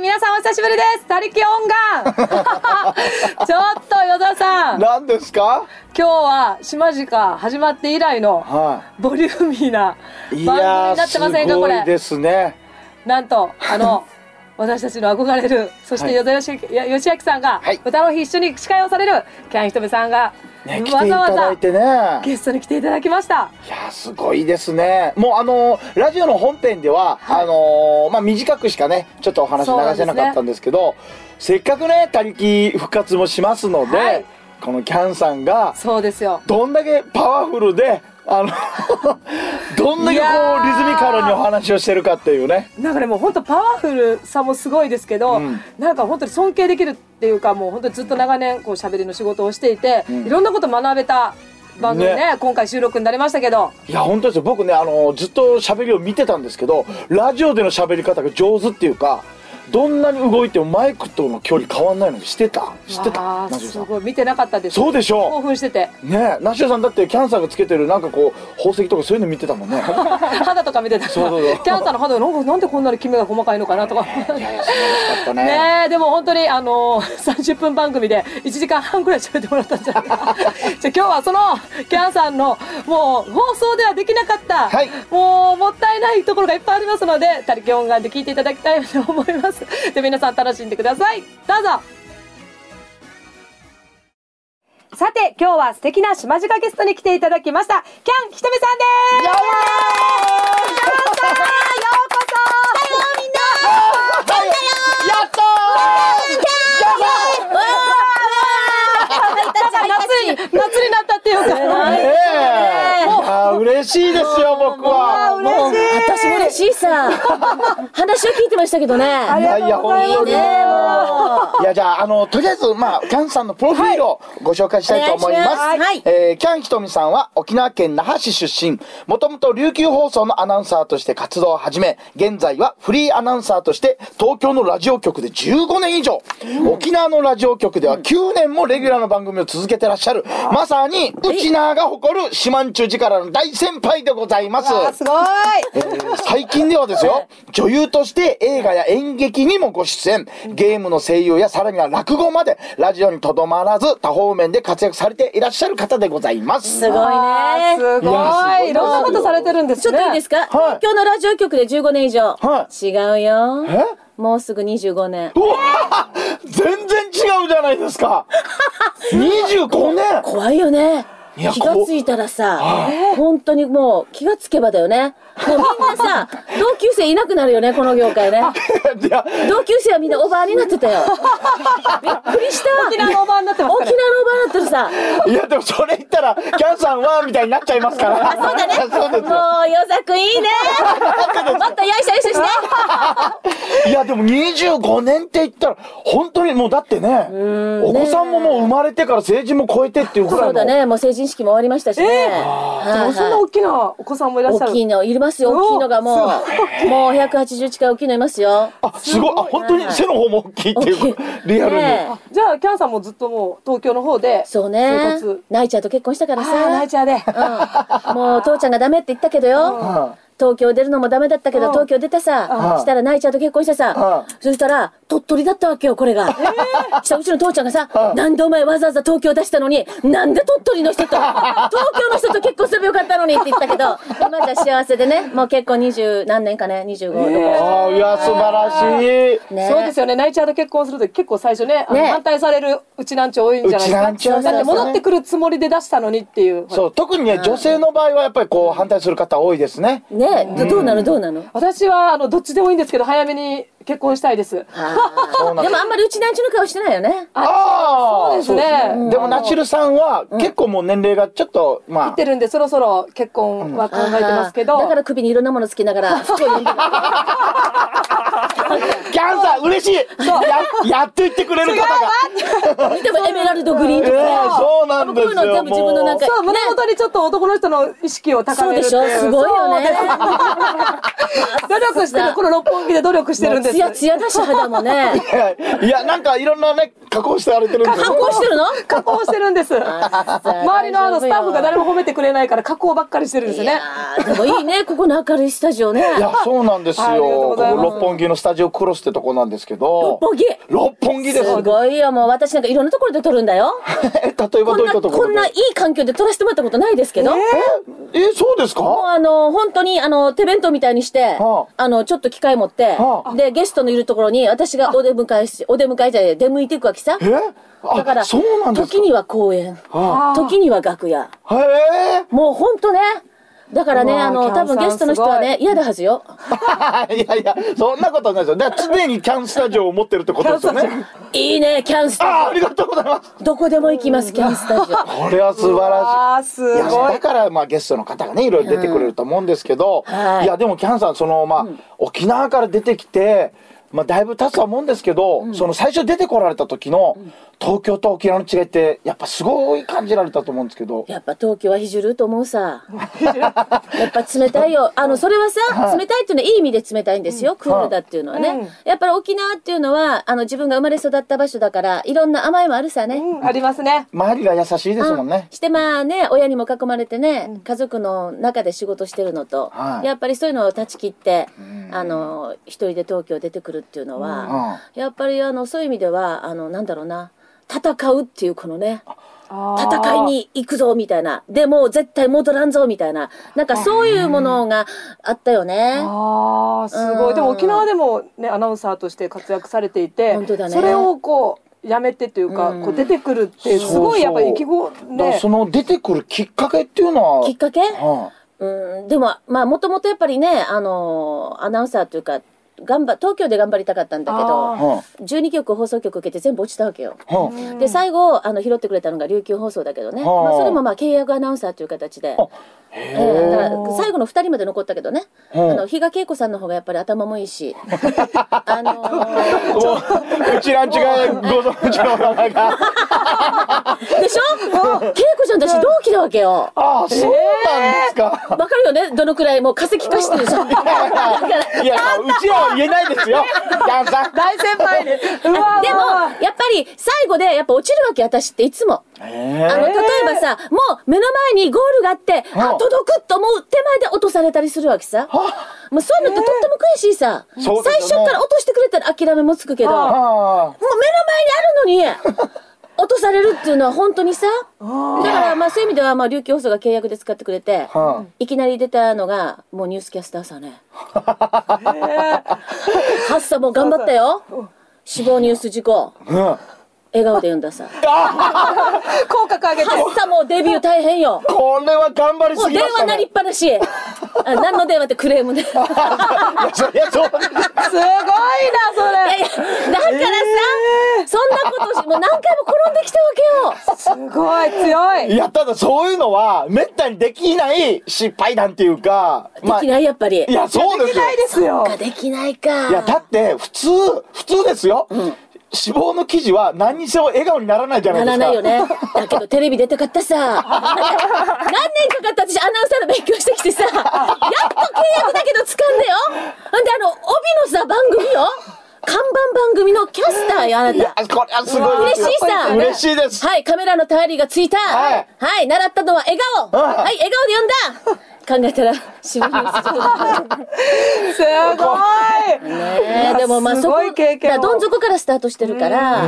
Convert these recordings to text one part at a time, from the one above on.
皆さんお久しぶりです他力音楽 ちょっと与田 さん今何ですか日は島地か始まって以来のはボリューミーない番組い。になってませんかこいれやーすごいですね。なんとあの私たちの憧れるそしてはい与田よしや義明さんがはい歌の日一緒に司会をされるキャンひとみさんがね、来ていわたざわだざいてね。いやゲストに来ていただきましたー、すごいですね。もうあのーラジオの本編では、あのーまあ、短くしかね、ちょっとお話流せなかったんですけど、せっかくね、他力復活もしますので、はいこのキャンさんが、そうですよどんだけパワフルで、あの、 どんだけこいやーう、リズミカルにお話をしてるかっていうね。なんかねもう本当パワフルさもすごいですけど、うんなんか本当に尊敬できるっていうかもう本当にずっと長年こう喋りの仕事をしていて、んいろんなこと学べた番組ねね今回収録になりましたけどいや、本当ですよ。僕ね、あの、ずっと喋りを見てたんですけど、ラジオでの喋り方が上手っていうか、どんなに動いてもマイクとの距離変わんないのにしてた知ってわたあナシオすさん。ごい見てなかったですそうでしょ興奮して てう。ねえ、ナシオさんだってキャンサーがつけてるなんかこう、宝石とかそういうの見てたもんね。肌とか見てたらそうそうそうキャンさんの肌なんかなんでこんなにキメが細かいのかなとかいやいや、素晴らしかったね。ねえでも本当にあの ー、30分番組で1時間半くらい喋ってもらったんじゃない かじゃあ今日はそのキャンさんのもう放送ではできなかった、はいもうもったいないところがいっぱいありますので他力音楽で聞いていただきたいと思います で皆さん楽しんでくださいどうぞさて今日は素敵な島地ゲストに来ていただきましたキャンひとみさんですやばーキャンさんようこそみんなやったーやばなんか夏に夏になったっていうかーねえいやー嬉しいですよ、僕は。もう私も嬉しいさ話を聞いてましたけどねいやいや、本当に。いいねもいや、じゃあ、あの、とりあえず、まあ、キャンさんのプロフィールをご紹介したいと思います。お願いしますはいえーキャンひとみさんは沖縄県那覇市出身。もともと琉球放送のアナウンサーとして活動を始め、現在はフリーアナウンサーとして東京のラジオ局で15年以上、沖縄のラジオ局では9年もレギュラーの番組を続けてらっしゃる、まさに、うちなーが誇る島んちゅう力の大先輩でございます。すごいえー最近ではですよ、女優として映画や演劇にもご出演、ゲームの声優やさらには落語まで、ラジオにとどまらず多方面で活躍されていらっしゃる方でございます。すごいねすいやすごごいいいろんなことされてるんですちょねっといいですか、はい東京のラジオ局で15年以上、は違うよえもうすぐ25年うわ全然違うじゃないですか !25 年怖いよねいや気がついたらさ、本当にもう気がつけばだよね。もうみんなさ、同級生いなくなるよね、この業界ね。いや、同級生はみんなおばあになってたよ。びっくりした。沖縄のおばになってます沖から縄のおばあになってるさ。いやでもそれ言ったら、キャンさんは、みたいになっちゃいますから。そうだね。 そうですもう、よヨザくんいいね。もっとよいしょよいしょして。いやでも25年って言ったら本当にもうだってねお子さんももう生まれてから成人も超えてっていうぐらいそのうだね、もう成人式も終わりましたしね。ええはそんな大きなお子さんもいらっしゃ大るきいのいますよ、うお大きいのがもう、もう180近い大きいのいますよ。あすごいあ本当に背の方も大きいっていう大きいリアルに、ねじゃあキャンさんもずっともう東京の方でそう生ね活。ナイちゃんと結婚したかあらあさ泣い。ちゃうでうんもう父ちゃんがダメって言ったけどよ。は東京出るのもダメだったけうんど、東京出たさう、んしたらナイちゃんと結婚してさう、そしたら、鳥取だったわけよ、これが。したらうちの父ちゃんがさ、うんなんでお前わざわざ東京出したのに、なんで鳥取の人と、東京の人と結婚すればよかったのにって言ったけど、今じゃ幸せでね、もう結婚二十何年かね、25、い6あーいや素晴らしい、ね。そうですよねナイチャーと結婚するとき結構最初ねあのね反対されるうちなんちゅう多いんじゃないうちなんでちすゅうかねだって戻ってくるつもりで出したのにっていうほらそう特にね女性の場合はやっぱりこう反対する方多いですねねえ、どどうなのどうなの私はあのどっちでもいいんですけど早めに結婚したいですそうなんでですもあんまりうちなんちゅの顔してないよね。ああそうですねうんでもナチュルさんは結構もう年齢がちょっとまあ言ってるんでそろそろ結婚は考えてますけど、あーだから首にいろんなものつきながら、服を読んでる。キャンさん嬉しいややっと言ってくれる方が見てもエメラルドグリーンええとか。そうなんですよこういうの全部自分のなんかもそう、胸元にちょっと男の人の意識を高そうめるでっていしょすごいよね。そう努力してる、この六本木で努力してるんです。ツヤツヤだし肌もね。ういやなんかいろんなね加工してられてるんです加工してるの加工してるんですあー周りのあのスタッフが誰も褒めてくれないから加工ばっかりしてるんですいよねやーでもいいね、ここの明るいスタジオね。いや、そうなんですよ。ありがとうこごこざいます六本木のスタジオクロスってとこなんですけ六ど。本木。六本木です。すごいよ、もう私なんかいろんなところで撮るんだよ。え、例えばどこんういっな、たとこころんでないい環境で撮らせてもらったことないですけど。もええ、そうですかうあの、本当に、あの、手弁当みたいにしては、あの、ちょっと機械持っては、あで、ゲストのいるところに、私がお出迎えし、お出迎えじゃない出向いていくわけさ。えだから、あ、そうなんですか時には公園、はあー時には楽屋。あへもう本当ね。だからね、うわーあの、キャ多ンさん分ゲストの人はね、嫌だはずよ。え。 いやいや、そんなことないですよ。だから常にキャンスタジオを持ってるってことですよキャンね。いいね、キャンスあタあ、ありがとうございます。ジオ。どこでも行きます、キャンスタジオ。これは素晴らしい。あーすいやごいだからまあゲストの方がねいろいろ出てくれると思うんですけど、うんはいいやでもキャンさんそのまあ、沖縄から出てきて、まあ、だいぶ経つとは思うんですけど、その最初出てこられた時の東京と沖縄の違いってやっぱすごい感じられたと思うんですけどやっぱ東京はひじゅると思うさ。やっぱ冷たいよ。あの、それはさ、冷たいっていうのはいい意味で冷たいんですよ。クールだっていうのはうんね。やっぱり沖縄っていうのは、あの、自分が生まれ育った場所だから、いろんな甘えもあるさね。うんありますね周りが優しいですもんね。してまあね親にも囲まれてね、家族の中で仕事してるのと、はいやっぱりそういうのを断ち切って、あの一人で東京出てくるっていうのは、やっぱりあのそういう意味ではあのなんだろうな戦うっていうこのね戦いに行くぞみたいなでもう絶対戻らんぞみたいななんかそういうものがあったよね。あーすごういんでも沖縄でもねアナウンサーとして活躍されていて、本当だねそれをこうやめてというか、うんこう出てくるってすごいやっぱり意気込んだかでらその出てくるきっかけっていうのはきっかけ、はうん、でもまあもともとやっぱりねあのアナウンサーというか頑張東京で頑張りたかったんだけあどーいは12局放送局受けて全部落ちたわけよ。いはうんで最後あの拾ってくれたのが琉球放送だけどね、はあまあ、それもまあ契約アナウンサーという形で、いへええーだから最後の2人まで残ったけどね、はああの比嘉恵子さんの方がやっぱり頭もいい しあのーもううちらんちがご存知の方がでしょ恵子ちゃんたち同期なわけよ。ああそうなんですか、わかるよねどのくらいもう化石化してるじゃん。だからいや、うちらは言えないで すよ。ダンさん。大先輩でうわでもうわやっぱり最後でやっぱ落ちるわけ私っていつも。あの例えばさもう目の前にゴールがあって、うんあ届くと思う手前で落とされたりするわけさ、もうそういうのってとっても悔しいさ、そう最です初よねから落としてくれたら諦めもつくけどもう目のあ前にあるのに落とされるっていうのは本当にさだからまあそういう意味ではまあ琉球放送が契約で使ってくれて、はいきなり出たのがもうニュースキャスターさねハッサも頑張ったよ死亡ニュース事故あ。うん。笑顔で読んださ口角上げてハッサもデビュー大変よこれは頑張りもすうぎま電した話なりねっ。ぱな し。あ何の電話ってクレームで。いやいやだかいや、そりゃすごいそうですなそれらさ、そんなことし、もう何回も転んできたわけよ。すごい強いいや、ただそういうのは、めったにできない失敗談っていうか、まあ、できないやっぱり。いや、そうですよ。ないですよができないか。いや、だって、普通、普通ですよ。死亡の記事は何にせよ笑顔にならないじゃないなですらか。ないよね。だけどテレビ出たかった さ。なんか何年かかった私アナウンサーの勉強してきてさ、やっと契約だけど掴んでよ。ほんであの、帯のさ、番組よ。看板番組のキャスターよ、あないやた。、これはすごいですよ。嬉しいさ嬉しいです。はい、カメラの頼りがついた。ははいい、習ったのは笑顔。はいはい、笑顔で読んだ。考えたら、死亡ニュースすご いねえでもまあすそこごい経験をだからどん底からスタートしてるから、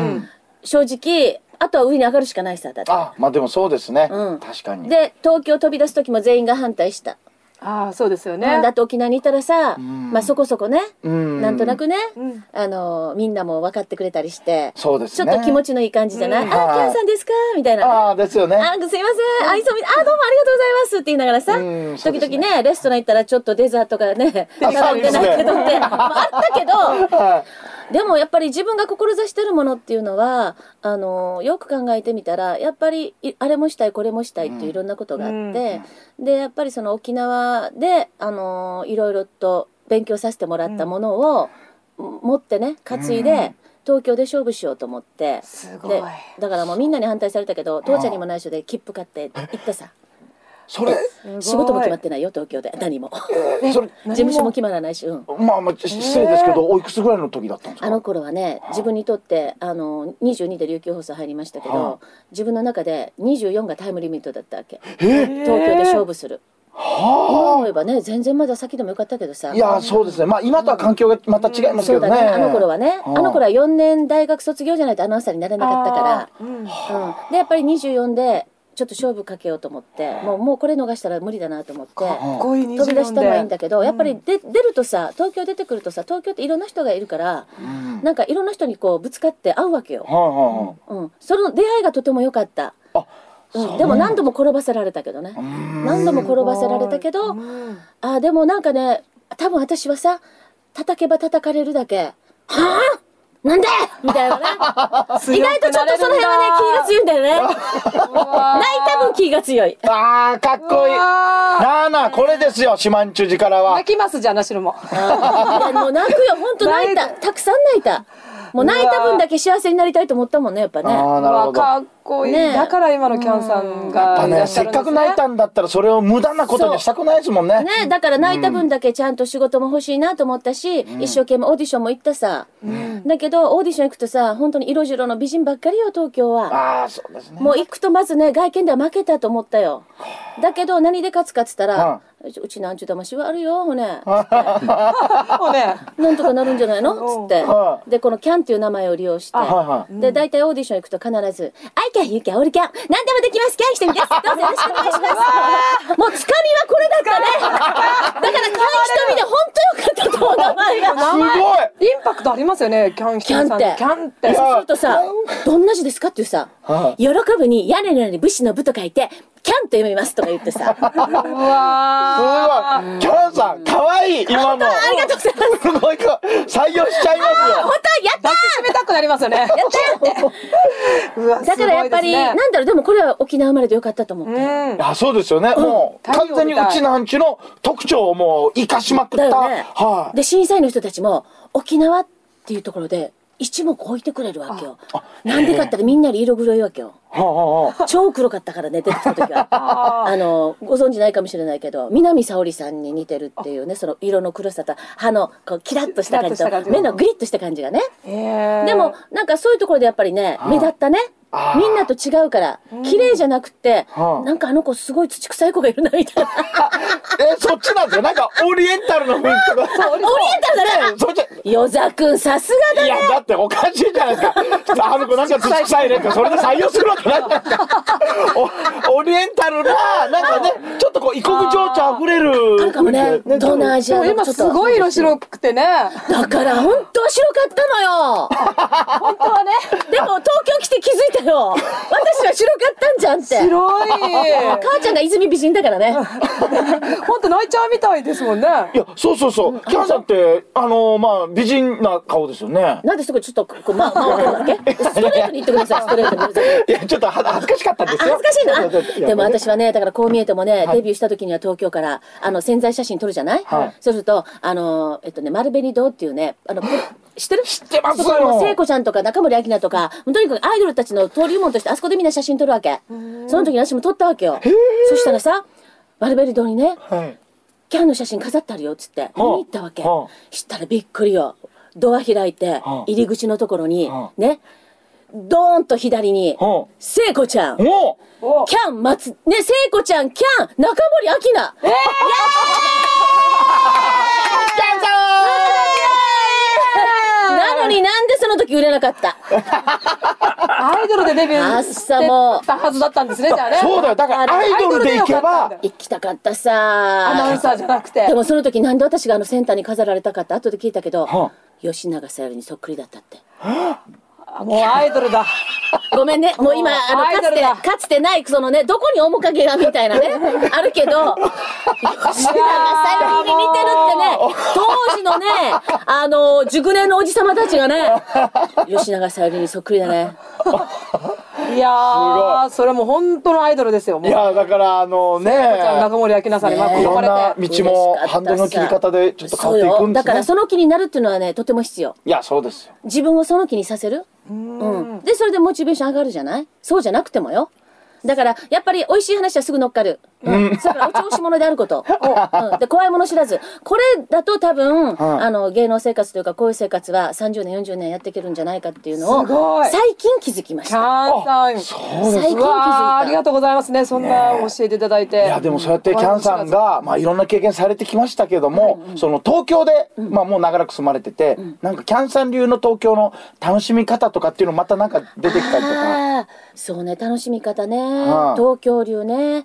正直あとは上に上がるしかないさだってあ、まあでもそうですね。うん確かに。で東京飛び出す時も全員が反対した、ああそうですよねだって沖縄にいたらさ、まあそこそこね、んなんとなくね、んあのみんなも分かってくれたりしてそうですねちょっと気持ちのいい感じじゃない、んああはいキャンさんですかみたいなああ、ですよね。あすいません、あいそうみあどうもありがとうございますって言いながらさ、うんそうで時すね々ねレストラン行ったらちょっとデザートがねあ並んでないけどって、まあ、あったけどはい。でもやっぱり自分が志してるものっていうのはあのよく考えてみたらやっぱりいあれもしたいこれもしたいっていういろんなことがあって、でやっぱりその沖縄であのいろいろと勉強させてもらったものを、持ってね担いで。東京で勝負しようと思ってすごいでだからもうみんなに反対されたけど父ちゃんにも内緒で切符買って行ったさそれ、すごい仕事も決まってないよ東京で何も事えーそれ何務所も決まらないし、うん、まあまあし失礼ですけどおいくつぐらいの時だったんですかあの頃はね自分にとってあの22で琉球放送入りましたけはど自分の中で24がタイムリミットだったわけえーへー東京で勝負する今は思えばね全然まだ先でもよかったけどさあいやそうですねまあ今とは環境がまた違いますそけうどだねねあの頃はねあうんの頃は4年大学卒業じゃないとアナウンサーになれなかったからあーうんうん、でやっぱり24でちょっと勝負かけようと思ってもうもうこれ逃したら無理だなと思ってかっこいい飛び出したのはいいんだけどやっぱうりんで出るとさ東京出てくるとさ東京っていろんな人がいるからうんなんかいろんな人にこうぶつかって会うわけよ、はいはいはいうん、その出会いがとても良かった、あうん、でも何度も転ばせられたけどねうん何度も転ばせられたけどうんあーでもなんかね多分私はさ叩けば叩かれるだけはあなんでみたいなね意外とちょっとその辺はね気が強いんだよね泣大多分気が強いああかっこいいなあなあこれですよ島んちゅじからは泣きますじゃあなしろもいやもう泣くよ本当泣いた泣たくさん泣いたもう泣いた分だけ幸せになりたいと思ったもんねやっぱねああなるほうわどかっこいいねえだから今のキャンさんやっがぱいらねっしゃせるっんですねかく泣いたんだったらそれを無駄なことにはしたくないですもんねね、だから泣いた分だけちゃんと仕事も欲しいなと思ったし、一生懸命オーディションも行ったさ、だけどオーディション行くとさ本当に色白の美人ばっかりよ東京はああそうですねもう行くとまずね外見では負けたと思ったよだけど何で勝つかっつったら、うちなんちゅう魂はあるよほねもうねなんとかなるんじゃないのっつってはでこのキャンっていう名前を利用してはいはで大体オーディション行くと必ず「アイキャンユーキャンオリキャン何でもできますキャンしてみですどうぞよろしくお願いします」もうつかみはこれだったねだからキャン瞳で本当よかったと思う名前が。名前すごいインパクトありますよねキャンキャンさんキャンってそうキャンってやするとさ「どんな字ですか?」っていうさは「喜ぶ」に「屋根のように武士の部」と書いて「キャン」と読みますとか言ってさあうわすごいキャンさん可愛い今のりがとうございますすごいか採用しちゃいます本当よやった抱きしめたくなりますよねやったよってうわだからやっぱり、すごいですねなんだろうでもこれは沖縄生まれでよかったと思って、うんあそうですよね、もう太陽完みたい全にうちなんちゅの特徴をもう生かしまくっだた、よね、はい、で審査員の人たちも沖縄っていうところで一目置いてくれるわけよなんでかってみんなより色黒いわけよはあはあは超黒かったからね出てきた時 はああのご存知ないかもしれないけど南沙織さんに似てるっていうねその色の黒さと歯のこうキラッとした感じキラッとした感とじ目のグリッとした感じがねででもなんかそういうところでやっぱりね目立ったねあーみんなと違うから綺麗じゃなくってはあなんかあの子すごい土臭い子がいるなみたいなあえそっちなんですよなんかオリエンタルの雰囲気とかオリエンタルだねそっち 与座君さすがだいやだっておかしいじゃないですかあの子なんか土臭いねってそれで採用するわけないじゃないですかおオリエンタルななんかねちょっとこう異国情緒あふれるあるかもね。東南アジでアもの今ちょっすとごい色白くてねだから本当白かったのよ。本当はねでも東京来て気づいた よ。私は白かったんじゃんって。白い母ちゃんが泉美人だからね。本当泣いちゃうみたいですもんねいやそうそうそう、キャンさんってあのまあ美人な顔ですよねなんですごいちょっとこうま回るわけ。 ストレートに言ってください。ストレートに言ってください。いやちょっとは恥ずかしかったんであす恥よずかしいやややな。でも私はね、だからこう見えてもね、デビューした時には東京から、あの、潜在写真撮るじゃないはいそうすると、あの、えっとね、丸紅堂っていうね、あの、これ知ってる知ってますよ聖子ちゃんとか中森明菜とか、とにかくアイドルたちの登竜門としてあそこでみんな写真撮るわけ。その時に私も撮ったわけよ。そしたらさ、丸紅堂にね、はいキャンの写真飾ってあるよっつって見に行ったわけはあしたらびっくりよドア開いてあ入り口のところにはあねドーンと左にはあ聖子ちゃんもうおキャン松ね聖子ちゃんキャン中森明菜えキャンさなのになんでその時売れなかったアイドルでデビューしてたはずだったんですねじゃあねんそうだよだからアイドルで行けば行きたかったアナウンさサーじゃなくてでもその時なんで私があのセンターに飾られたかって後で聞いたけはど吉永小百合にそっくりだったってもうアイドルだごめん ね、もう今、もうあの、アイかドつルて、だかつてない、そのね、どこに面影がみたい なね、あるけど、 吉永小百合に似てるってね、当時のね、あの、熟年のおじさまたちが ね、吉永小百合にそっくりだね。いやーそれもう本当のアイドルですよもいうやだからあのね中森明菜さんにまあねい呼ろばんなれて道もハンドルの切り方でちょっと変わっていくそうよんですねだからその気になるっていうのはね、とても必要。いやそうですよ自分をその気にさせる。うん。で、それでモチベーション上がるじゃないそうじゃなくてもよ。だから、やっぱり美味しい話はすぐ乗っかる。うん、それからお調子者である こと、うん、で怖いもの知らずこれだと多分、はいあの芸能生活というかこういう生活は30年40年やっていけるんじゃないかっていうのすごをい最近気づきましキャた。ンさん。そうです最近気づいたわあありがとうございますね。そんな教えていただいて。いやでもそうやってキャンさんが、まあ、いろんな経験されてきましたけども、その東京で、まあ、もう長らく住まれてて、なんかキャンさん流の東京の楽しみ方とかっていうのまたなんか出てきたりとか。あーそうね楽しみ方ね、はい東京流ね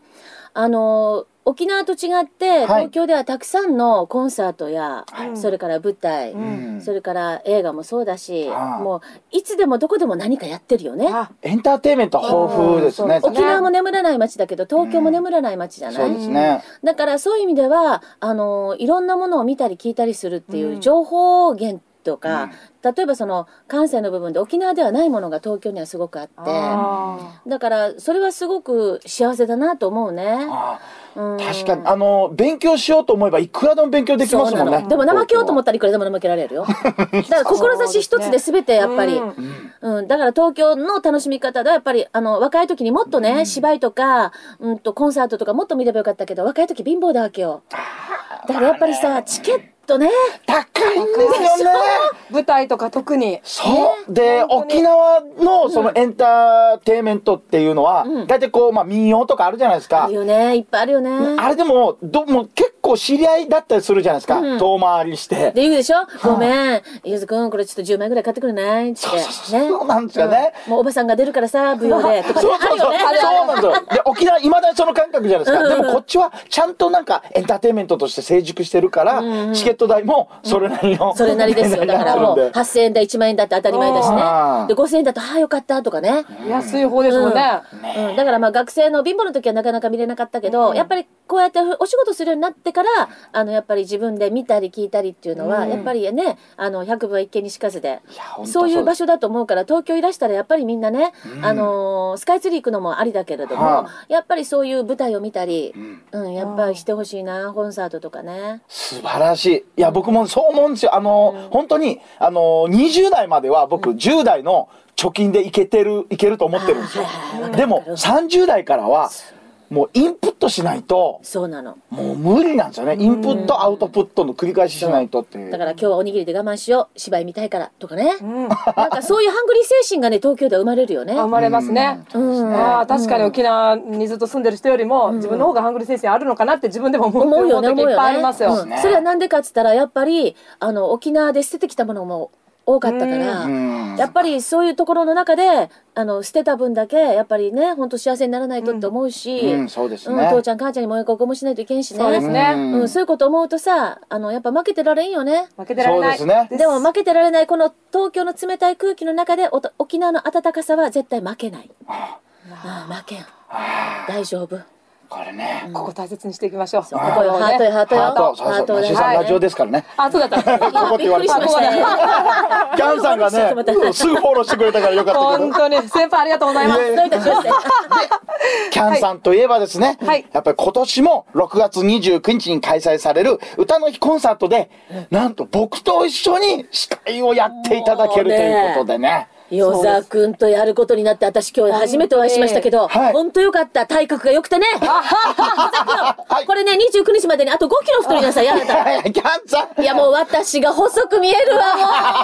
あの沖縄と違って、はい東京ではたくさんのコンサートや、はいそれから舞台、んそれから映画もそうだし、はいもういつでもどこでも何かやってるよね。あエンターテインメントは豊富ですね。そう沖縄も眠らない街だけど東京も眠らない街じゃなそい、うですね。だからそういう意味ではあのいろんなものを見たり聞いたりするっていう情報源とか、例えばその関西の部分で沖縄ではないものが東京にはすごくあって。あだからそれはすごく幸せだなと思うね。あうんあ確かにあの勉強しようと思えばいくらでも勉強できますもんそうなねの。でも怠けようと思っったらいくらでも怠けられ るよ。だから志一つで全てやっぱり。うんうん、だから東京の楽しみ方ではやっぱりあの若い時にもっとね、芝居とか、うん、とコンサートとかもっと見ればよかったけど若い時貧乏だわけよだからやっぱりさ、チケットね高いんですよね。舞台とか特に。そうで本当に沖縄のそのエンターテインメントっていうのは、うん大体こうまあ民謡とかあるじゃないですあかる。よねいっぱいあるよねあれでもどもう結構知り合いだったりするじゃないですか、うん遠回りして。で言うでしょ「ごめんゆずくんこれちょっと10枚ぐらい買ってくれない?」ってそうそうそうそうなんですよねうんもうおばさんが出るからさ舞踊でとかねそうあそるうそよう、ねそうなんですよ。で、沖縄、いまだにその感覚じゃないですか。でもこっちは、ちゃんとなんか、エンターテインメントとして成熟してるから、うんうんチケット代も、それなり の、それなり ですよ。だからもう、8000円だ、1万円だって当たり前だしねあー。で、5000円だと、ああ、よかったとかね。安い方ですもんね。うん、だからまあ学生の貧乏の時はなかなか見れなかったけど、うんやっぱりこうやってお仕事するようになってからあのやっぱり自分で見たり聞いたりっていうのは、うんやっぱりねあの百聞は一見にしかずでいや本当そういう場所。所だと思うから東京いらしたらやっぱりみんなね、うんあのースカイツリー行くのもありだけれども、はやっぱりそういう舞台を見たりう、んうん、やっぱりしてほしいなコンサートとかね。素晴らしい。いや、僕もそう思うんですよ。あの、本当に、あの、20代までは僕、10代の貯金でいけてる、いけると思ってるんですよあーはいはいはいわ。かるでもわ、かる30代からは、もうインプットしないと、そうなのもう無理なんですよね。インプット、アウトプットの繰り返ししないとっていう。だから今日はおにぎりで我慢しよう芝居見たいからとかね、うなんんかそういうハングリー精神がね東京では生まれるよね。生まれますね。うんああ確かに沖縄にずっと住んでる人よりも、自分の方がハングリー精神あるのかなって自分でも思思ううよ思うね時思ういっよぱねいありますよ。うんそれはなんでかっつったらやっぱりあの沖縄で捨ててきたものも多かったから、うんやっぱりそういうところの中であの捨てた分だけやっぱりね本当幸せにならないとって思うし、うんうんそうですねん父ちゃん母ちゃんにもう一回もしないといけんしねそうですね、うんうんそういうこと思うとさあのやっぱ負けてられんよね。負けてられない。そうですねでも負けてられないこの東京の冷たい空気の中でおと沖縄の暖かさは絶対負けない。ああ負けん。大丈夫。これね。ここ大切にしていきましょう。こここよをハートよハートよ。ハート、そうそう、マシュさんはいラジオですからね。あそうだった。今こってび言っくわれりたしましたね。キャンさんがねちょっと待っ、てすぐフォローしてくれたからよかったけ本ど。当に先輩ありがとうございます。いえいえどういたしまして。キャンさんといえばですね、はいやっぱり今年も6月29日に開催される歌の日コンサートで、なんと僕と一緒に司会をやっていただけるということでね。 与沢くんとやることになって、私今日初めてお会いしましたけど、はい本当よかった。体格が良くてね。はいこれね、29日までにあと5キロ太りなさい。やだた。はいキャンさんいやもう私が細く見えるわ、もう。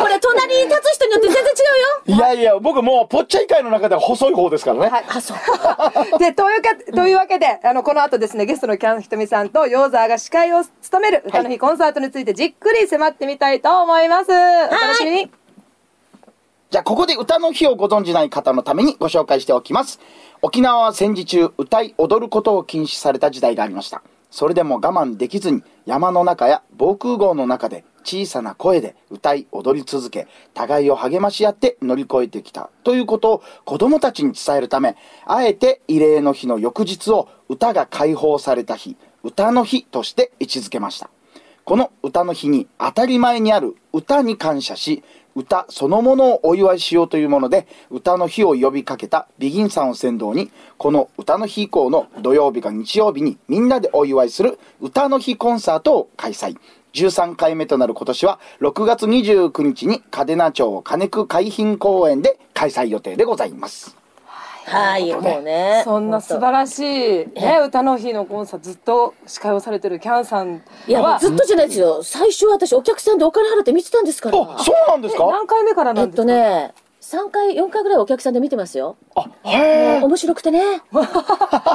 これ隣に立つ人によって全然違うよ。いやいや、僕もう、ぽっちゃり界の中では細い方ですからね。はいあ、そう。でというかというわけで、あのこの後ですねゲストのキャンひとみさんとヨーザーが司会を務める歌の日コンサートについてじっくり迫ってみたいと思います。お楽しみに。じゃあ、ここで歌の日をご存じない方のためにご紹介しておきます。沖縄は戦時中、歌い、踊ることを禁止された時代がありました。それでも我慢できずに、山の中や防空壕の中で、小さな声で歌い、踊り続け、互いを励まし合って乗り越えてきた。ということを子供たちに伝えるため、あえて慰霊の日の翌日を歌が解放された日、歌の日として位置づけました。この歌の日に当たり前にある歌に感謝し歌そのものをお祝いしようというもので歌の日を呼びかけたビギンさんを先導にこの歌の日以降の土曜日か日曜日にみんなでお祝いする歌の日コンサートを開催13回目となる今年は6月29日に嘉手納町金久海浜公園で開催予定でございます。いはい、もうね。そんな素晴らしい、ね、歌の日のコンサートずっと司会をされてるキャンさんいや、もうはずっとじゃないですよ。最初は私、お客さんでお金払って見てたんですから。あ、そうなんですか何回目からえなっんですとか、ね、3回、4回ぐらいお客さんで見てますよ。あ、へえ。面白くて ね。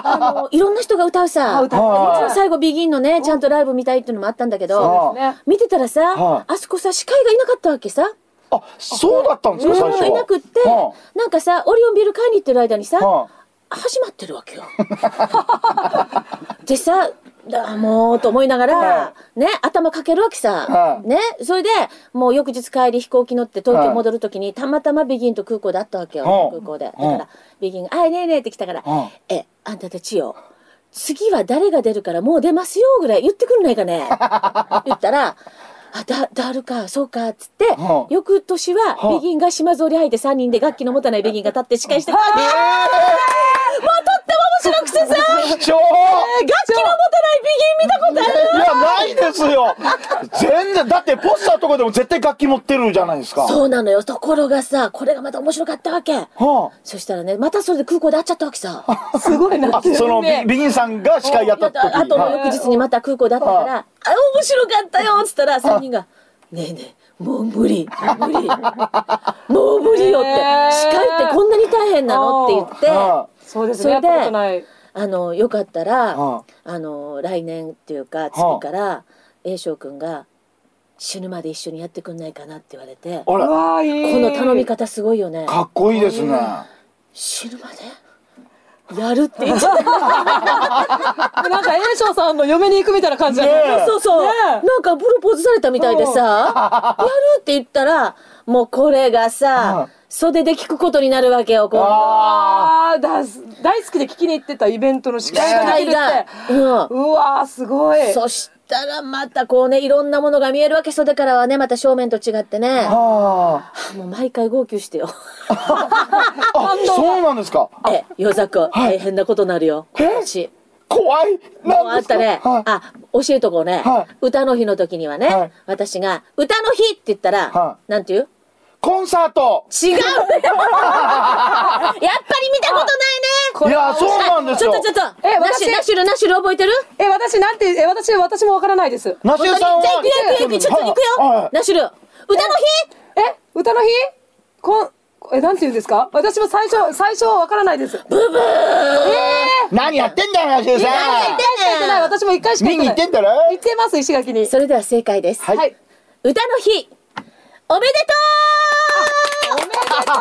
あの、いろんな人が歌うあさ。もち歌ってあまろんすね最後、ビギンのね、ちゃんとライブ見たいっていうのもあったんだけど、そうですね見てたらはさ、あそこさ、司会がいなかったわけさ。あ、そうだったんですか、最初は。いなくっては、なんかさ、オリオンビール買いに行ってる間にさ、は始まってるわけよ。 でさあもうと思いながら、はね頭かけるわけさ、はいねそれでもう翌日帰り飛行機乗って東は京い戻る時に、たまたまビギンと空港で会ったわけよ、はい空港でだから、はいビギンが「あいねえねえ」って来たから「はえあんたたちよ次は誰が出るからもう出ますよ」ぐらい言ってくんないか ね言ったら「あだだるかそうか」っつって、はい翌年はいはビギンが島ぞり入って3人で楽器の持たないビギンが立って司会してくわけよ面白くてさ貴重楽器の持たないビギン見たことあるいや、ないですよ全然、だってポスターとかでも絶対楽器持ってるじゃないですか。そうなのよところがさこれがまた面白かったわけはそしたらねまたそれで空港で会っちゃったわけさすごいあ、なあその、ビねビギンさんが司会やった時あとのはい翌日にまた空港で会ったから「あ面白かったよ」っつったら3人が「ねえねえもう無理無理もう無理よ」ってねえ「司会ってこんなに大変なの?」って言ってはそうですそねれやっでたことないあのよかったらはあの来年っていうか次はあから栄翔くんが「死ぬまで一緒にやってくんないかな」って言われて。あうら、わーいいこの頼み方すごいよね。かっこいいですね。死ぬまでやるって言っちゃった。なんか栄翔さんの嫁に行くみたいな感じだねねえそうそう。ねえなんかプロポーズされたみたいでさ、やるって言ったら、もうこれがはさい、袖で聞くことになるわけよ、今度。ああーだす大好きで聞きに行ってたイベントの司会ができるってうん。うわーすごいそしたらまたこうね、いろんなものが見えるわけ、袖からはね、また正面と違ってねー。。あもう毎回号泣してよ。ーあ、そうなんですか。 え、夜桜、大変なことになるよ。え私。怖い。もうなあんっですかたね。はいあ、教えとこうね、はい歌の日の時にはね、はい私が、歌の日って言ったら、はなんて言うコンサート違う やっぱり見たことこいれや、そうなんないねですちょよっとちょっとえナッシュ私ナッシュルナッシュル覚えてるえ私なんてえ私私もわからないですナシュさんはじゃあ行くよ行くよ行くよちょっと行くよ、はいはいナッシュル歌の日え歌の日こんえなんて言うんですか私も最初最初はわからないですブブーえ何やってんだよ、ナシュー、何さ回しか行ってない私も一回しんか見行ってに行なっいてんだろ行ってます石垣にそれでは正解です、はいはい歌の日おめでおめでとうか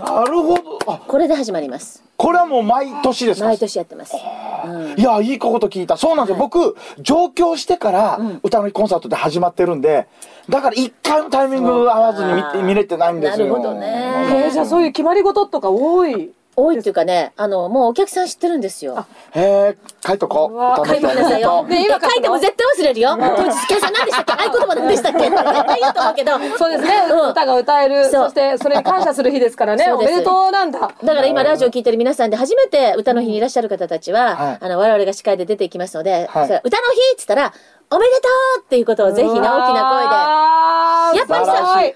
あ、なるほど。あと、うこれで始まりますこれはもう毎年ですか毎年やってます、うんいや、いいこと聞いた。そうなんですよ。僕、上京してから、歌の日コンサートで始まってるんで、だから一回のタイミング合わずに見て見れてないんですよ。なるほどねえーじゃあそういう決まり事とか多い多いっていうかねあのもうお客さん知ってるんですよへえ、書いとこう。うわ書歌のい日てくださいよ。ねね、今今書くの書いても絶対忘れるよ。当日、計算何でしたっけ合言葉何でしたっけ絶対言うと思うけど。そうですね、うん歌が歌えるそうそしてそれに感謝する日ですからねそおうですめでとうなんだだから今ラジオ聞いてる皆さんで初めて歌の日にいらっしゃる方たちは、はいあの我々が司会で出ていきますので、はいそれ歌の日っつったら「おめでとう!」っていうことをぜひね大きな声で声やっぱり素さお祝晴い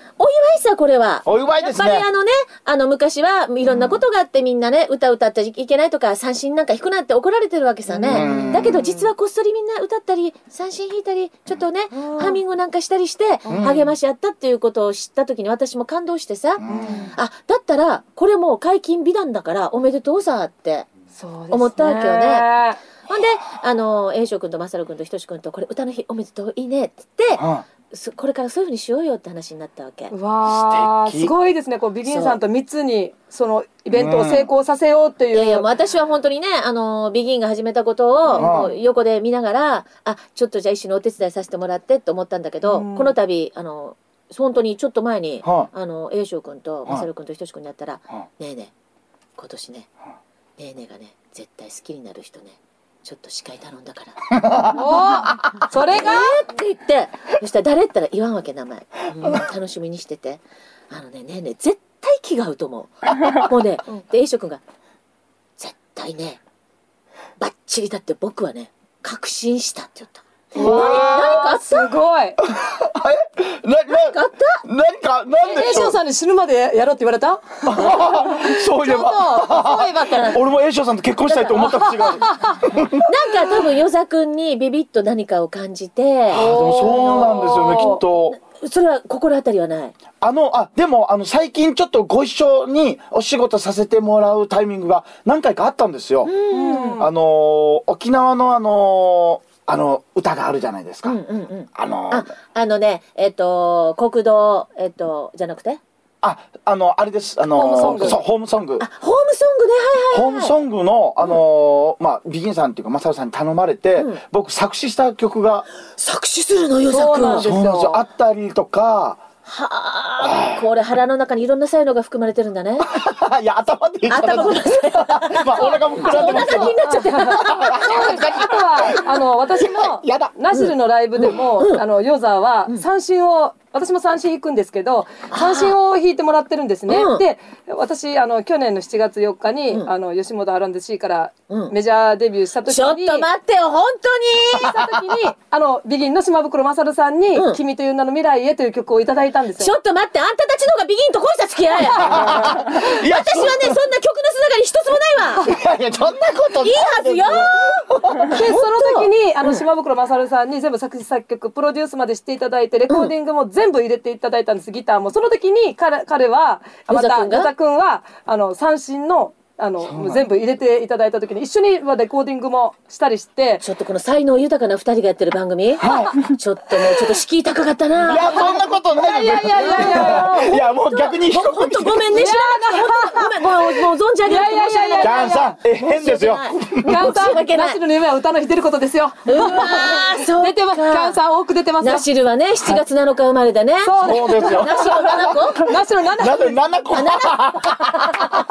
さこれは。お祝いですねやっぱりあのねあの昔はいろんなことがあってみんなね、歌歌っていけないとか三振なんか弾くなって怒られてるわけさうんねだけど実はこっそりみんな歌ったり三振弾いたりちょっとねうんハミングなんかしたりして励まし合ったっていうことを知った時に私も感動してさ、うんあだったらこれもう解禁美談だからおめでとうさってそうですね思ったわけよねほんであの栄翔君とマサル君とひとし君とこれ歌の日おめでとういいねっつってうんそこれからそういうふうにしようよって話になったわけうわー素敵すごいですねこうビギンさんと密にそのイベントを成功させようっていう、いやいやもう私は本当にねあのビギンが始めたことうをんもう横で見ながらあちょっとじゃあ一緒にお手伝いさせてもらってと思ったんだけど、うんこの度あの本当にちょっと前に、はあの栄翔君とはいマサル君とひとし君になったら「はねえねえ今年ね、はねえねえがね絶対好きになる人ねちょっと司会頼んだから」おそれがって言ってそしたら誰って言ったら言わんわけ名前、うん楽しみにしててあのねねえねえ絶対気が合うと思うも うねで栄翔君が「絶対ねバッチリだって僕はね確信した」って言ったうわーすごい。えな、な、あった何か、なんでえ、しょ翔う。さんに死ぬまでやろうって言われたそういちえょっとば。そういえばからなんか俺も栄翔さんと結婚したいと思った節がある。あ多分与座君にビビッと何かを感じてでもそうなんですよね、きっと。それは心当たりはないあの、あ、でも、あの、最近ちょっとご一緒にお仕事させてもらうタイミングが何回かあったんですよ。あのー、沖縄のあのー、あの、歌があるじゃないですうか。んうんうんあのー、ああのねえっ、と国道えっ、とじゃなくてあ、あの、あれです。あのー、ホームソングそう、ホームソングあ。ホームソングねはいホはーい、ムはい、ソングの、あのー、まあ、ビギンさんっていうか、マサルさんに頼まれて、うん僕作詞した曲が、作詞するのよそうなん作ですよそうなんですよ。あったり とか、はあこれ腹の中にいろんな才能が含まれてるん だねいや、頭で言っちゃった。頭ごめんなさい まあ、お腹も膨らんでますけど。なっちゃってそうです。あとは、あの、私 のやだ、ナシルのライブでも、あの、ヨザは三振を、私も三振弾くんですけど、三振を弾いてもらってるんですねうん。で、私、あの、去年の7月4日に、うんあの、吉本アランド C からうんメジャーデビューした時に、ちょっと待ってよ本した時に、あの、ビギンの島袋正さんに、うん君という名の未来へという曲をいただいたんで当にす ちょよ。っと待ってあんたたちの方がビギンと恋した付き合い 私はねいそんな曲のや、つながり一つもないわいやいや、そんなこ といいはずよで、その時に、あの、島袋正さんに全部作詞作曲、プロデュースまでしていただいて、レコーディングも全部入れていただいたんです、ギターも。その時に、彼、彼は、あヨまザた、君がヨザ君は、あの、三振の、あの、全部入れていただいた時に、一緒にはレコーディングもしたりして、ちょっとこの才能豊かな二人がやってる番組、ちょっともうちょっと敷居高かったないや、そんなことないいやいやいやい やいや。いや、もう逆に被ほ告本みた当いなごめんね知らなかったごめんもうもう存じ上げなくて申し訳ないいやいやいやいジやャンさん、え、変ですよ。ガンさ申し訳ん、ない ナシルの夢は歌の日出ることですよ。うわーそうか出てます。ガンさん多く出てますよナ。シルはね7月7日生まれだね、そうでそうですよ。ナシル7個す。ナシル7なぜ7個あ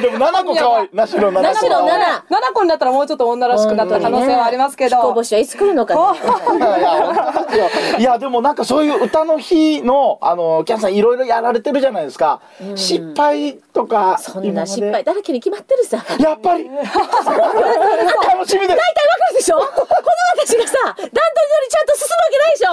でも7個可愛い。なしろ7個。なしろ7七個になったらもうちょっと女らしくなった可能性はありますけど。彦星はいつ来るのかな7。いやいや本当ですよいや、でもなんかそういう歌の日の、あの、キャンさんいろいろやられてるじゃないですか。失敗とか、そん今まなで失敗。だらけに決まってるさ大体わやっぱり 楽しみです。かるでしょこの私がさ段取り通りちゃんと進むわけないでしょ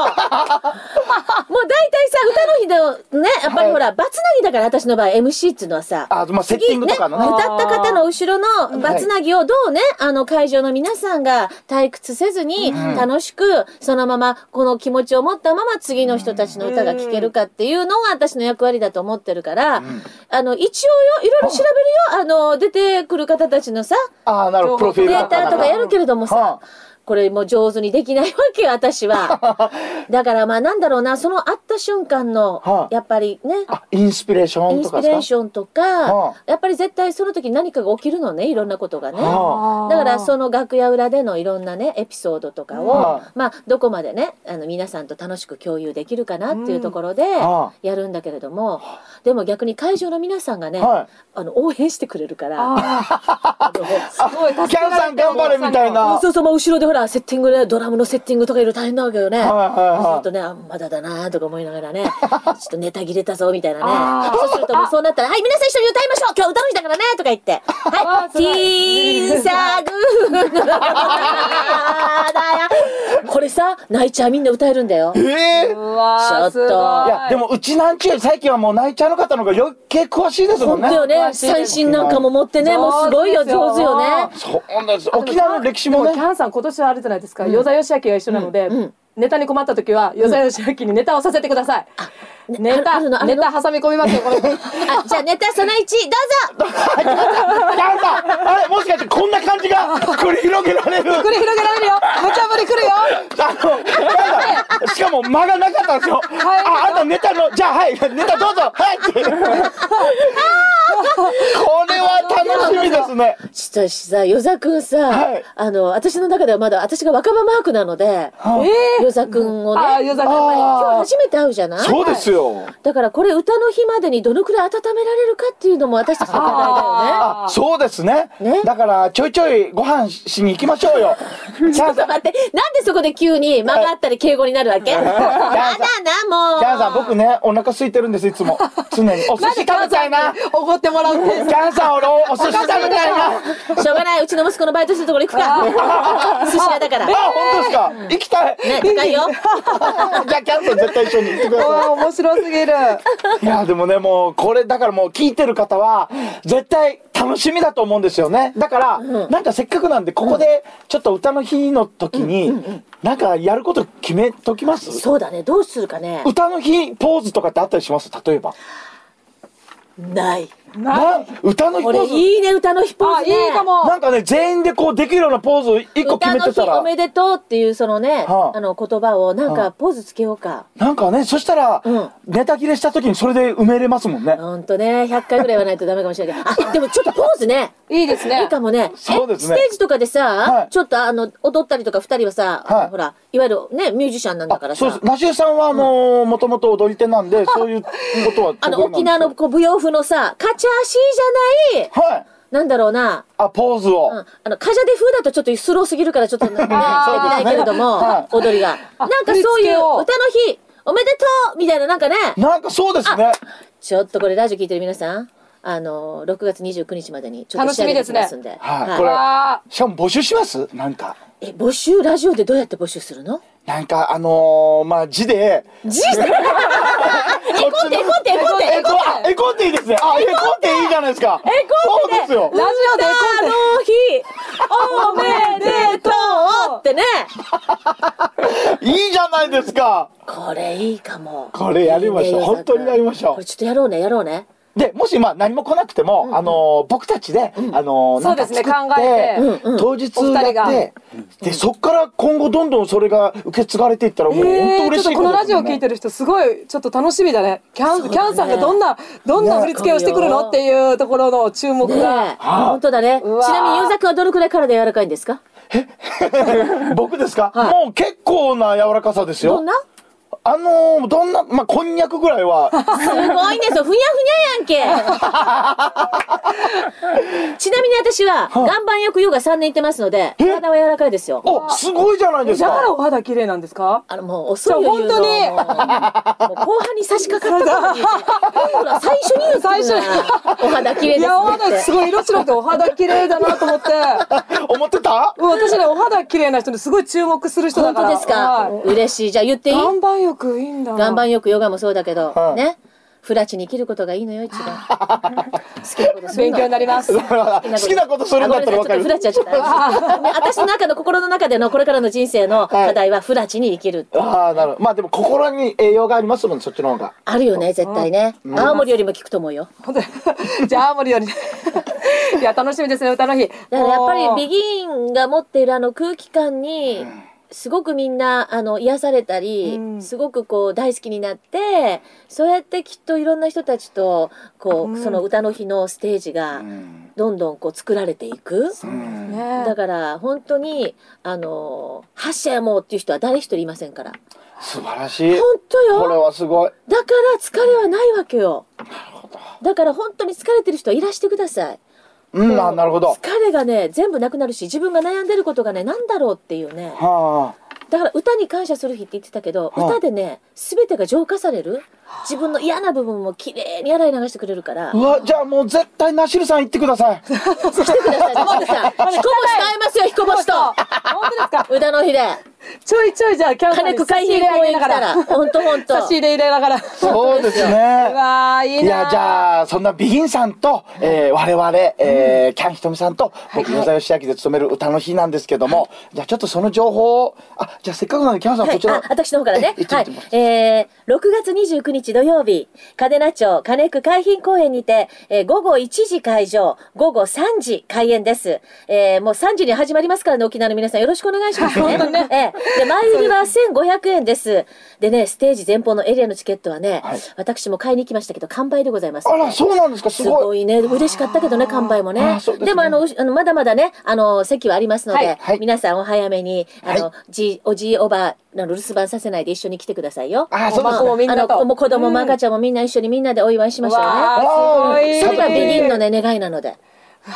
もう大体さ歌の日のねやっぱりほらバツナギだから私の場合 MC っていうのはさあ、まあ、セッティングとかのね。歌った方の後ろのバツナギをどうね、あの会場の皆さんが退屈せずに楽しく、そのままこの気持ちを持ったまま次の人たちの歌が聴けるかっていうのが私の役割だと思ってるから、あの一応よいろいろ調べるよあの出てくる方たちのさああ、なるほど、プロフィーデルータとかやるけれどもはさこれもう上手にできないわけよ私 はだからまあなんだろうなその会った瞬間はのいやっぱりねあ、インスピレーショインンとスかピですレかーションとか、はやっぱり絶対その時何かが起きるのねいろんなことがね。はだからその楽屋裏でのいろんなねエピソードとかを、はまあどこまでねあの皆さんと楽しく共有できるかなっていうところではやるんだけれども、でも逆に会場の皆さんがね、はあの応援してくれるから。ああの ーすごい助キけらャンれてさん頑張れみたいな。そうそうまあ後ろでほらセッティングでドラムのセッティングとかいろいろ大変なわけよね。はいはいはいずっとねあまだだなとか思いながらねちょっとネタ切れたぞみたいなあねーそうするともうそうなったら「はい皆さん一緒に歌いましょう今日歌の日だからね」とか言って「はわいテーすごいィーサグーの歌だよ」これさ泣いちゃうみんな歌えるんだよえ。えうわちょっとーすごい。いや、でも、うちなんちゅう、最近はもう、内ちゃんの方の方が余計詳しいですも本ん当ね。よね詳しいです三振なんかも持ってねもうすごいよ上手ですよ上手よね。そうなんです。沖縄の歴史もでキね。ャンさん今年はあれじゃないですか。与座義明が一緒なので、ネタに困った時は与座義明にネタをさせてください。ネあタるのあるネのタ挟み込みますよ。これあじゃあネタその1どうぞ キャンさん、あれ、もしかして、こんな感 じが繰り広げられる。繰り広げられるよ。無茶ぶり来るよ。あの、キャンさん、しかも間がなかったんですよ。いあ、あとネタの、じゃあ、はい、ネタどうぞ、 はいって。これは楽しみですね。実はさ、与座くんさ、はいあの、私の中ではまだ私が若葉マークなので、はいえ与座くんをね、あー今与座あ君。日初めて会うじゃないそうですよ。だからこれ歌の日までにどのくらい温められるかっていうのも私たちの課題だよね。ああ、そうですね。ねだから、ちょいちょいご飯ししに行きましょ うよ。ちゃんさん、待って、なんでそこで急に間があったり敬語になるわけやだな、もう。ちゃんさん、僕ね、お腹 空いてるんです、いつも。常に。お寿なん司でキャ食べンたさいんにな。おごってもらうんですキャンさん、俺、おお寿司食べたいからしょうがないうちの息子のバイトするところ行くか寿司屋だ からねあ、本当ですか。行きたい。高いよじゃあキャンセル絶対一緒に行ってください。 わあ面白すぎる。いやでもねもうこれだからもう聞いてる方は絶対楽しみだと思うんですよねだから、なんかせっかくなんでここでちょっと歌の日の時に、なんかやること決めときますそうだねどうするかね歌の日ポーズとかってあったりします例えばないなな歌の日ポ俺ーズいいね歌の日ポーあズ、いね、いかも。なんかね全員でこうできるようなポーズを一個歌決めのて日たおらめでとうっていうそのね、はああの言葉をなんはかあポーズつけようか。なんかねそしたら、うんネタ切れした時にそれで埋めれますもんね、ほんとね、100回ぐらいはないとダメかもしれないけど。あ、 でもちょっとポーズね。いいですいねい。かもね。そうですねえステージとかでさ、はいちょっとあの、踊ったりとか二人はさ、あのはいほら、いわゆるね、ミュージシャンなんだからあそうでさす。ナシエさんはあのもともと踊り手な んでそういうことはあの、得意なんで沖縄のすけどこう舞踊風のさ、カチャーシーじゃない、はいなんだろうな、あポーズを、うん、あの、カジャデ風だとちょっとスローすぎるからちょっとなんかね、 あでーきないけれども、は踊りが。なあんかそう振り付いうけ歌をの日、おめでとうみたいななんかね、なんかそうですねちょっとこれラジオ聞いてる皆さん、あの、6月29日までにちょっと楽仕し上みげでてすきまねすんで。はいこれわあしかも募集しますなんかえ、募集、ラジオでどうやって募集するのなんかあのー、まあ字で字え、コンテ、コンテ、コンテ、えこあえコンテいいですねあえコンテいいじゃないですかえコンテねそうでラジすよオであの日、おめでとうってね。いいじゃないですかこれいいかも。これやりましいょういね本当にやりましょうこれちょっとやろうね、やろうね。でもしまあ何も来なくても、あのー僕たちで、あのー、なんかそうですね作って考えてうんうん当日お二人やっがてでそっから今後どんどんそれが受け継がれていったらもう本当えー、ちょ嬉っしといことのでラすジオよ聞いねてる人すごいちょっと楽しみだねキャそンうだねキャンさんがどんなどんな振り付けをしてくるのっていうところの注目ねが、え、あ本当だね。ちうわなみに、ゆうざくんはどのくらい体柔らかいんですか 僕ですか、はいもう結構な柔らかさですよどんなあのーどんな、まあ、こんにゃくぐらいは、すごいね、そう、ふにゃふにゃやん け。ちなみに私は、い岩盤浴ヨガ3年行ってますので、え体は柔らかいですよ。お、すごいじゃないですだからか。お肌綺麗なんですかあの、もう遅いよ、じゃ 言うのあもうもう後半に差し掛かったことほら、最初に言うてる最なお肌綺麗いですやおね肌ってす。ごい色白くてお肌綺麗だなと思って思ってたうん私ねお肌綺麗な人にすごい注目する人だ本から当ですかはい嬉しい。じゃあ言っていい岩盤浴いいんだ岩盤浴ヨガもそうだけど、はいね。フラチに生きることがいいのよ、一 番。好きなことする勉の。強になります好きなことするんだったらわかるあごめんな。さいちょっとフラチはちょっとあれ ね私の中の心の中でのこれからの人生の課題はフラチに生きるってああ、なるほど。まあでも心に栄養がありますもんね、そっちの方が。あるよね絶対ね青森よりも効くと思うよ本当にじゃあ青森よりいや楽しみですね歌の日だからやっぱりビギンが持っているあの空気感にすごくみんなあの癒されたり、うんすごくこう大好きになってそうやってきっといろんな人たちとこう、うんその歌の日のステージがどんどんこう作られていく、うんねだから本当にあの発射やもうっていう人は誰一人いませんから素晴らしい。本当よこれはすごい。だから疲れはないわけよ。だから本当に疲れてる人はいらしてください。うん、あなるほど。疲れがね、全部なくなるし、自分が悩んでることがね、なんだろうっていうね。はだから歌に感謝する日って言ってたけど、はい歌でね、すべてが浄化される。自分の嫌な部分も綺麗に洗い流してくれるからあ。う。わ、じゃあもう絶対ナシルさん行ってください。来てください、マさん。彦星と会いますよ、彦本星と。当ですか歌の日で。ちょいちょいじゃあキャンさん金に久差し海入浜れ公入れ園な来がたら。らほんとほんと。差し入れ入れな がらそうですね。うわーいいいなーやじゃあそんなビギンさんと、えー、我々、えーキャンひとみさんと僕与沢義明で勤める歌の日なんですけども、じゃあちょっとその情報をあじゃあせっかくなんでキャンさんはこいちら、、あ私の方からねえい。つはもい。えー、6月29日土曜日、嘉手納町金久海浜公園にて、えー午後1時会場、午後3時開演です。えーもう3時に始まりますからね、沖縄の皆さんよろしくお願いしますね。本当ねえーで、前売りは1500円です。でね、ステージ前方のエリアのチケットはね、はい私も買いに来ましたけど、完売でございます。あらそうなんですかすすごいごいね嬉しかったけどね完売もあねーそうですねでもあのうしあのまだまだねあの席はありますので、はいはい皆さんお早めにあの、はじおじいおばあの留守番させないで一緒に来てくださいよあそうですお孫もみんあなとのもう子供も赤ちゃんもみんな一緒にみんなでお祝いしましょうねわあすごいそれがあビギンのね願いなので、す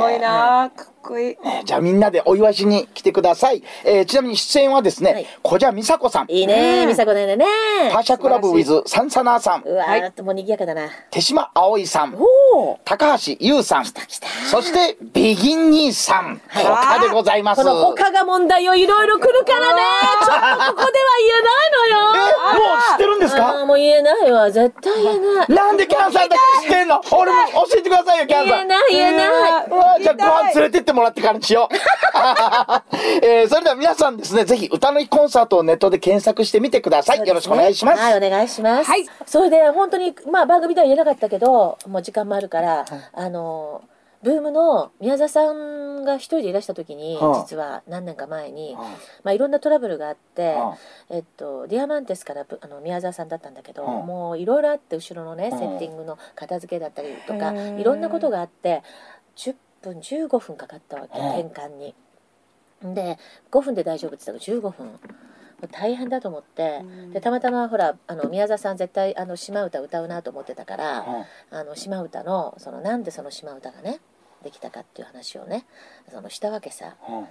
ごいなーかっこいいじゃあみんなでお祝いしに来てください、えーちなみに出演はですね、はい小じゃみさこさんいいね美佐子ねねねパシャクラブウィズサンサナーさんうわー、はもう賑やかだな手島葵さんおお高橋優さんそしてビギン兄さん他でございますこの他が問題をいろいろ来るからねちょっとここでえもはう知ってるんです言えないのよあーかもう言えないわ絶対言えないなんでキャンさんだけ知ってんの俺も教えてくださいよキャン言さえんない言えないうわじゃあご飯連れてってもらってからにしよう、えーそれでは皆さんですねぜひ歌の日コンサートをネットで検索してみてください、よろしくお願いします、はい、お願いします。はいそれで、本当に、まあ、番組では言えなかったけど、もう時間もあるから、あの。ブームの宮沢さんが一人でいらした時に、はあ実は何年か前に、はまあ、いろんなトラブルがあって、はえっと、ディアマンテスからぶあの宮沢さんだったんだけど、はあもういろいろあって後ろのね、はあセッティングの片付けだったりとへかえいろんなことがあって10分15分かかったわけはあ転換に。で5分で大丈夫って言ったから15分もう大変だと思ってでたまたまほらあの宮沢さん絶対あの島唄歌うなと思ってたから。うんあの島唄のそのなんでその島唄がねできたかっていう話をねそのしたわけさうん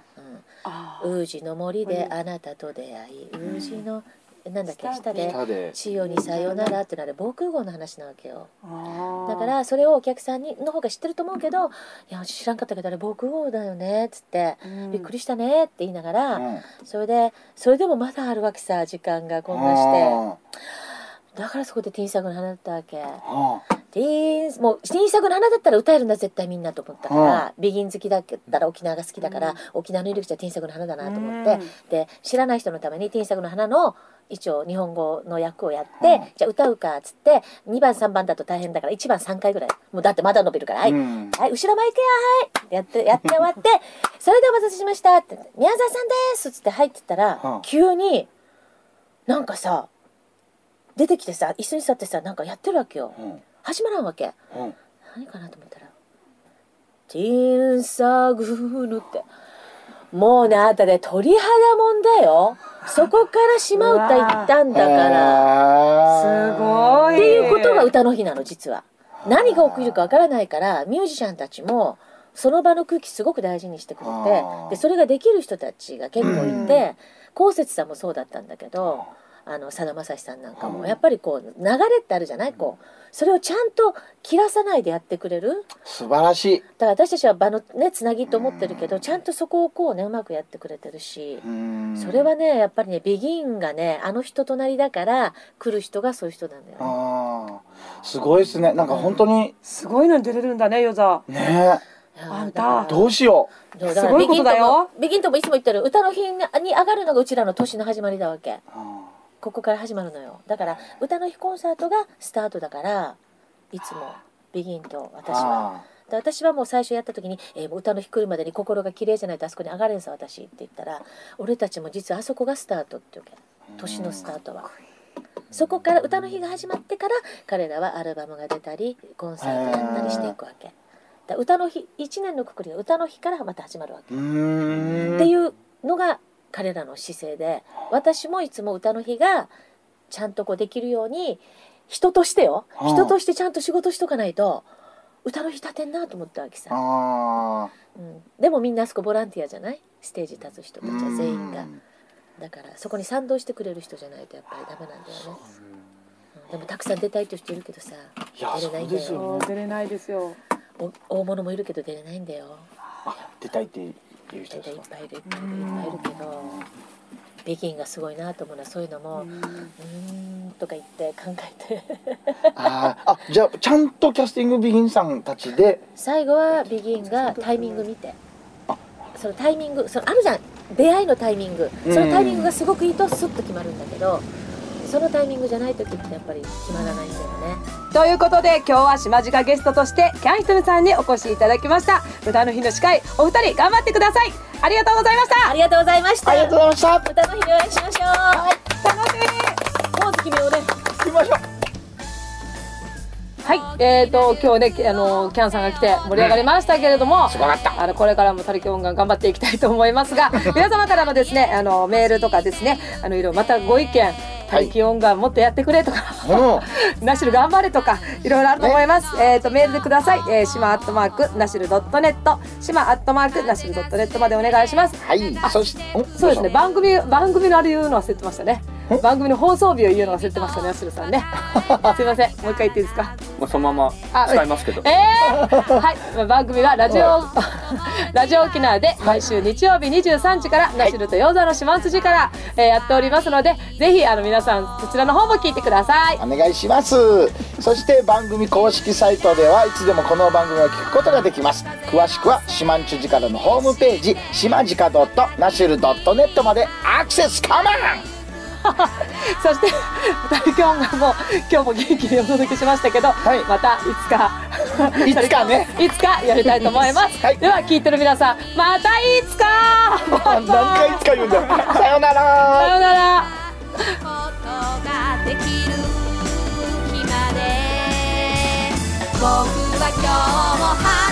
「あうん、宇治の森でうんあなたと出会いん宇治のなんだっけ下下で下「で千代にさよなら」ってのはあれ防空壕の話なわけよあだからそれをお客さんにの方が知ってると思うけど「いや知らんかったけどあれ防空壕だよね」っつって「びっくりしたね」って言いながら、うんそれでそれでもまだあるわけさ時間がこんなしてだからそこでティーンサグの花だったわけ。うティーンもう新作の花だったら歌えるんだ絶対みんなと思ったから、ビギン好きだったら沖縄が好きだから、うん沖縄の入り口はティーン作の花だなと思っうてん、で知らない人のためにティーン作の花の一応日本語の役をやって、うんじゃあ歌うかっつって2番3番だと大変だから1番3回ぐらいもうだってまだ伸びるから、はい、んうんはい、後ろ前行けよ、はいって やって、やって終わって、それでお待たせしましたって、宮沢さんですっつって入ってったら、うん急に、なんかさ、出てきてさ、椅子に座ってさ、なんかやってるわけよ。うん始まらんわけ。うん何かなと思ったら、ティーンサグールって。もうね、あなたで鳥肌もんだよ。そこから島歌行ったんだから。すらごいっていうことが歌の日なの実は何が起きるかわからないからミュージシャンたちもその場の空気すごく大事にしてくれあてーでそれができる人たちが結構いてこうせつさんもそうだったんだけどあのさだまさしさんなんかうもんやっぱりこう流れってあるじゃないこうそれをちゃんと切らさないでやってくれる素晴らしいだから私たちは場のねつなぎと思ってるけどちゃんとそこをこうねうまくやってくれてるし。うんそれはねやっぱりねビギンがねあの人となりだから来る人がそういう人なんだよね。あーすごいですねなんか本当にすごいのに出れるんだねヨザねいやーあんただからどうしよそうすごいことだよビギンともビギンともいつも言ってる歌の日に上がるのがうちらの年の始まりだわけううんここから始まるのよだから歌の日コンサートがスタートだからいつもビギンと私はあで私はもう最初やった時に「えー歌の日来るまでに心が綺麗じゃないとあそこに上がれんさ私」って言ったら「俺たちも実はあそこがスタート」って言うけー年のスタートは。そこから歌の日が始まってから彼らはアルバムが出たりコンサートやったりしていくわけ。だから歌の日1年のくくりの歌の日からまた始まるわけ。うーんっていうのが彼らの姿勢で私もいつも歌の日がちゃんとこうできるように人としてようん人としてちゃんと仕事しとかないと歌の日立てんなと思ったわけさ、あうん、でもみんなあそこボランティアじゃないステージ立つ人たちはー全員がうんだからそこに賛同してくれる人じゃないとやっぱりダメなんだよね、うんでもたくさん出たいっていう人いるけどさいや出れないんそうだですよよそう出れないですよお大物もいるけど出れないんだよあ出たいっていう人大体ですいっかぱいいるいっぱいいるいっぱいいるけどビギンがすごいなと思うのはそういうのも、うーんとか言って考えてあーあじゃあちゃんとキャスティングビギンさんたちで 最後はビギンがタイミング見てそのタイミングそのあるじゃん出会いのタイミングそのタイミングがすごくいいとスッと決まるんだけどそのタイミングじゃない時ってやっぱり決まらないんだよねということで今日は島近ゲストとしてキャンひとみさんにお越しいただきました歌の日の司会お二人頑張ってくださいありがとうございましたありがとうございましたありがとうございました歌の日にお会いしましょう、楽しみにポーズ決めようね行きましょうはい、えーと今日ねあのキャンさんが来て盛り上がりましたけれども、すごかったあのこれからも「たりき音楽」頑張っていきたいと思いますが皆様からのですねあのメールとかですねあのいろいろまたご意見「たりき音楽もっとやってくれ」とか。うん ナシル頑張れとかいろいろあると思います。えっ、とメールでください。えー、島アットマークナシルドットネット、島アットマークナシルドットネットまでお願いします。はいそしてんそうですね。番組番組のあれ言うの忘れてましたね。番組の放送日を言うの忘れてましたね、安田さん ね。すいません、もう一回言っていいですか。もうそのまま使いますけどええー、はい、まあ番組はラジオ、ラジオ沖縄で毎週日曜日23時から、ナシルとヨーザの島筋から、えーやっておりますので、ぜひ、あの、皆さん、そちらの方も聞いてください。お願いしますそして番組公式サイトではいつでもこの番組を聞くことができます詳しくは島んちゅじからのホームページ島じか .nashil.net までアクセスカモンそして、二人今日も、今日も元気にお届けしましたけど、いまた、いつか、いつかねいつかやりたいと思います。はいでは、聞いてる皆さん、またいつかバイ 何バイ回いつか言うんだよさようなさらようならことができる日まで僕は今日も